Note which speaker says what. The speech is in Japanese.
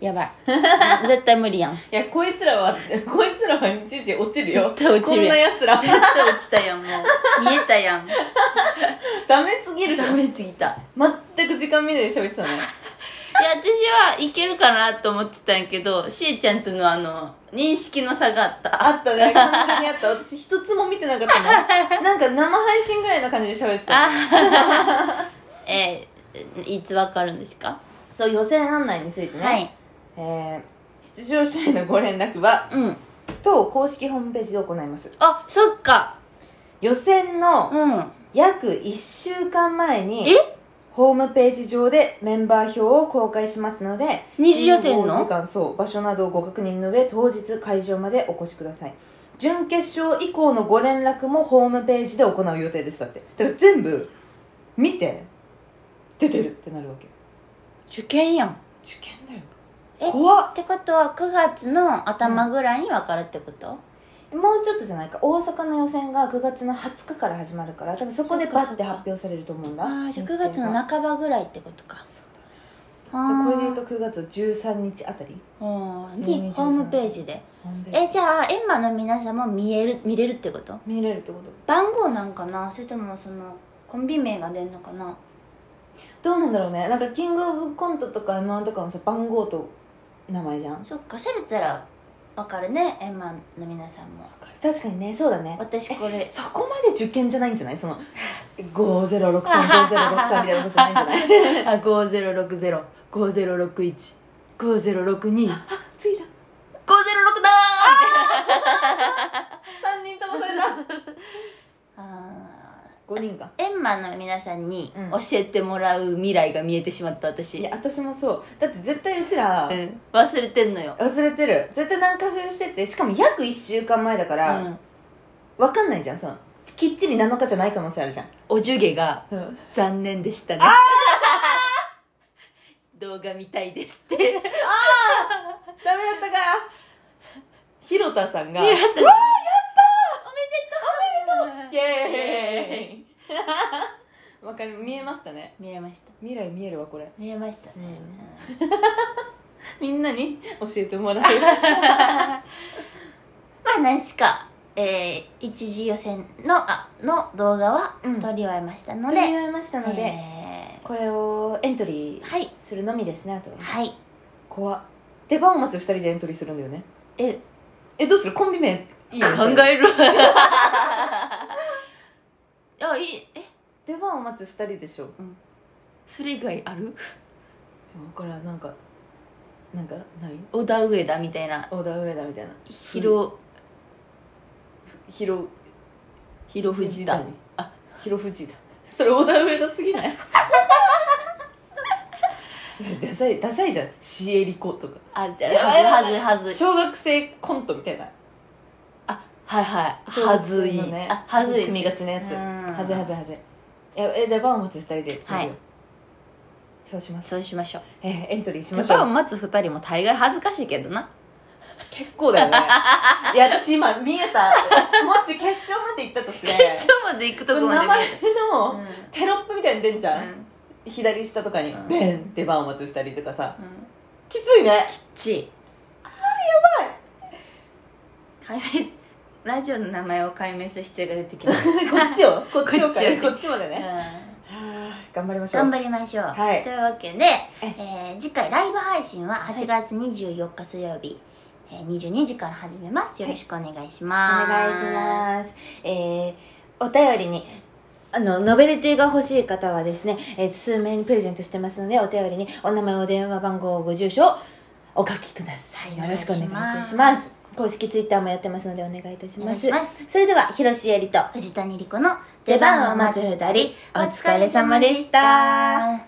Speaker 1: や ばい絶対無理やん絶
Speaker 2: いやこいつらは こいつらは一時落ちるよ
Speaker 1: 絶対落ちる
Speaker 2: こんなやつら
Speaker 3: 絶対落ちたやんもう見えたやん
Speaker 2: ダメすぎるじゃ
Speaker 3: ダ
Speaker 2: ん
Speaker 3: メすぎた
Speaker 2: 全く時間見ないで喋ってたね
Speaker 3: いや私はいけるかなと思ってたんやけどしえちゃんとのあの認識の差があった
Speaker 2: あったね完全にあった私一つも見てなかっ たのなんか生配信ぐらいの感じで喋ってた
Speaker 3: あえー、いつわかるんですか
Speaker 2: そう予選案内についてね、
Speaker 3: はい
Speaker 2: えー出場者へのご連絡は
Speaker 3: うん
Speaker 2: 当公式ホームページで行います
Speaker 3: あそっか
Speaker 2: 予選の
Speaker 3: うん
Speaker 2: 約1週間前に
Speaker 3: え
Speaker 2: ホームページ上でメンバー表を公開しますので
Speaker 3: 二次予選の
Speaker 2: 集合時間そう場所などをご確認の上当日会場までお越しください準決勝以降のご連絡もホームページで行う予定ですだってだから全部見て出てるってなるわけ
Speaker 3: 受験やんっ
Speaker 2: 受験だ
Speaker 3: え
Speaker 2: よ怖って
Speaker 3: ことは9月の頭ぐらいにわかるってこと、
Speaker 2: もうちょっとじゃないか大阪の予選が9月の20日から始まるから多分そこでバッて発表されると思うんだ
Speaker 3: ああじゃあ9月の
Speaker 2: 中
Speaker 3: 半ばぐらいってことか
Speaker 2: そう
Speaker 3: あー
Speaker 2: これで言うと9月13日あたり
Speaker 3: あー
Speaker 2: 12
Speaker 3: にホームページでえじゃあエンマの皆さんも見える見れるってこと
Speaker 2: 見れるってこと
Speaker 3: 番号なんかなそれともそのコンビ名が出んのかな
Speaker 2: どうなんだろうねなんかキングオブコントとか m 1とかもさ番号と名前じゃん
Speaker 3: そっかそれたらわかるねエンマの皆さんも
Speaker 2: 確かにねそうだね
Speaker 3: 私こ れ
Speaker 2: そこまで受験じゃないんじゃないその50635063みたいなことじゃないんじゃない
Speaker 1: 対落ちるあ506050615062
Speaker 2: 次だ
Speaker 3: 506だ
Speaker 2: 3人ともそれだ
Speaker 3: ーあ
Speaker 2: 5人か
Speaker 3: ーエンマの皆さんに
Speaker 2: うん
Speaker 3: 教えてもらう未来が見えてしまった私、
Speaker 2: いや私もそうだって絶対うちら
Speaker 3: うん忘れてんのよ、
Speaker 2: 忘れてる絶対何かしらしててしかも約1週間前だか
Speaker 3: う
Speaker 2: ら、
Speaker 3: ん、
Speaker 2: わかんないじゃんそのきっちり7日じゃない可能性あるじゃん、
Speaker 3: おじゅげが
Speaker 2: うん、
Speaker 3: 残念でしたね 動画見たいですって
Speaker 2: ダメだったか広田さんが
Speaker 3: やったね
Speaker 2: イエーイ わかり見えましたね
Speaker 3: 見えました
Speaker 2: 未来見えるわこれ
Speaker 3: 見えま したね、
Speaker 2: みんなに教えてもらう
Speaker 3: まあ何しか、えー、一次予選のあの動画は
Speaker 2: うん
Speaker 3: 撮り終えましたの
Speaker 2: 取
Speaker 3: で、
Speaker 2: り終えましたので、
Speaker 3: え
Speaker 2: これをエントリ
Speaker 3: ー
Speaker 2: ー
Speaker 3: はい
Speaker 2: するのみですねあとは
Speaker 3: はい
Speaker 2: 怖っ出番を待つ2人でエントリーするんだよね
Speaker 3: え
Speaker 2: えどうするコンビ名いいよ
Speaker 3: 考える あいいえ
Speaker 2: 出番を待つ2人でしょ
Speaker 3: それ以外ある
Speaker 2: 分からんなんかなんかない
Speaker 3: 小田上田みたいな
Speaker 2: オーダー上だみたいな
Speaker 3: 広
Speaker 2: 広
Speaker 3: 広藤田
Speaker 2: あ広藤田それオーダー上田すぎないいや ダサいダサいじゃんシエリコとか
Speaker 3: あはず
Speaker 2: やばい
Speaker 3: はずはず
Speaker 2: 小学生コントみたいな
Speaker 3: はいはいはずい、
Speaker 2: 小学生のね
Speaker 3: あはずい
Speaker 2: 組みがちのやつ
Speaker 3: うん
Speaker 2: はずいはずいはずいいやえ出番を待つ2人で
Speaker 3: はい
Speaker 2: そうします
Speaker 3: そうしましょう
Speaker 2: えーエントリーしま
Speaker 3: 出
Speaker 2: しょ
Speaker 3: 番を
Speaker 2: う
Speaker 3: 待つ二人も大概恥ずかしいけどな
Speaker 2: 結構 だよねいや私今見えたもし決勝まで行ったとして
Speaker 3: 決勝まで行くと
Speaker 2: こ
Speaker 3: こ
Speaker 2: の
Speaker 3: まで
Speaker 2: 名前
Speaker 3: う
Speaker 2: の
Speaker 3: ん
Speaker 2: テロップみたいに出んじゃん、
Speaker 3: うん
Speaker 2: 左下とかに
Speaker 3: うん
Speaker 2: 「ベン」出番を待つ2人とかさ
Speaker 3: うん
Speaker 2: きついね
Speaker 3: ちあーやばい解明しラジオの名前を解明する必要が出てきます
Speaker 2: こっちをこっちを
Speaker 3: こっち
Speaker 2: から
Speaker 3: をね
Speaker 2: こっちまで
Speaker 3: う
Speaker 2: ね
Speaker 3: ん
Speaker 2: はあ頑張りましょ
Speaker 3: 頑
Speaker 2: う
Speaker 3: 張りましょう、
Speaker 2: はい
Speaker 3: というわけで、えー次回ライブ配信は8月24日水曜日、えー22時から始めますよろしくお願いし
Speaker 2: お
Speaker 3: ます、
Speaker 2: 願いします。えーお便りに、あの、ノベルティが欲しい方はですね、えー数名にプレゼントしてますので、お便りにお名前、お電話番号、ご住所をお書きください。
Speaker 3: はい
Speaker 2: よろしくお願いいたし
Speaker 3: お願
Speaker 2: ます。公式ツイッターもやってますので、お願いいたします。
Speaker 3: お願いします
Speaker 2: それでは、広しえりと、
Speaker 3: 藤谷莉子の
Speaker 2: 出番を待つ二人、お疲れ様でした。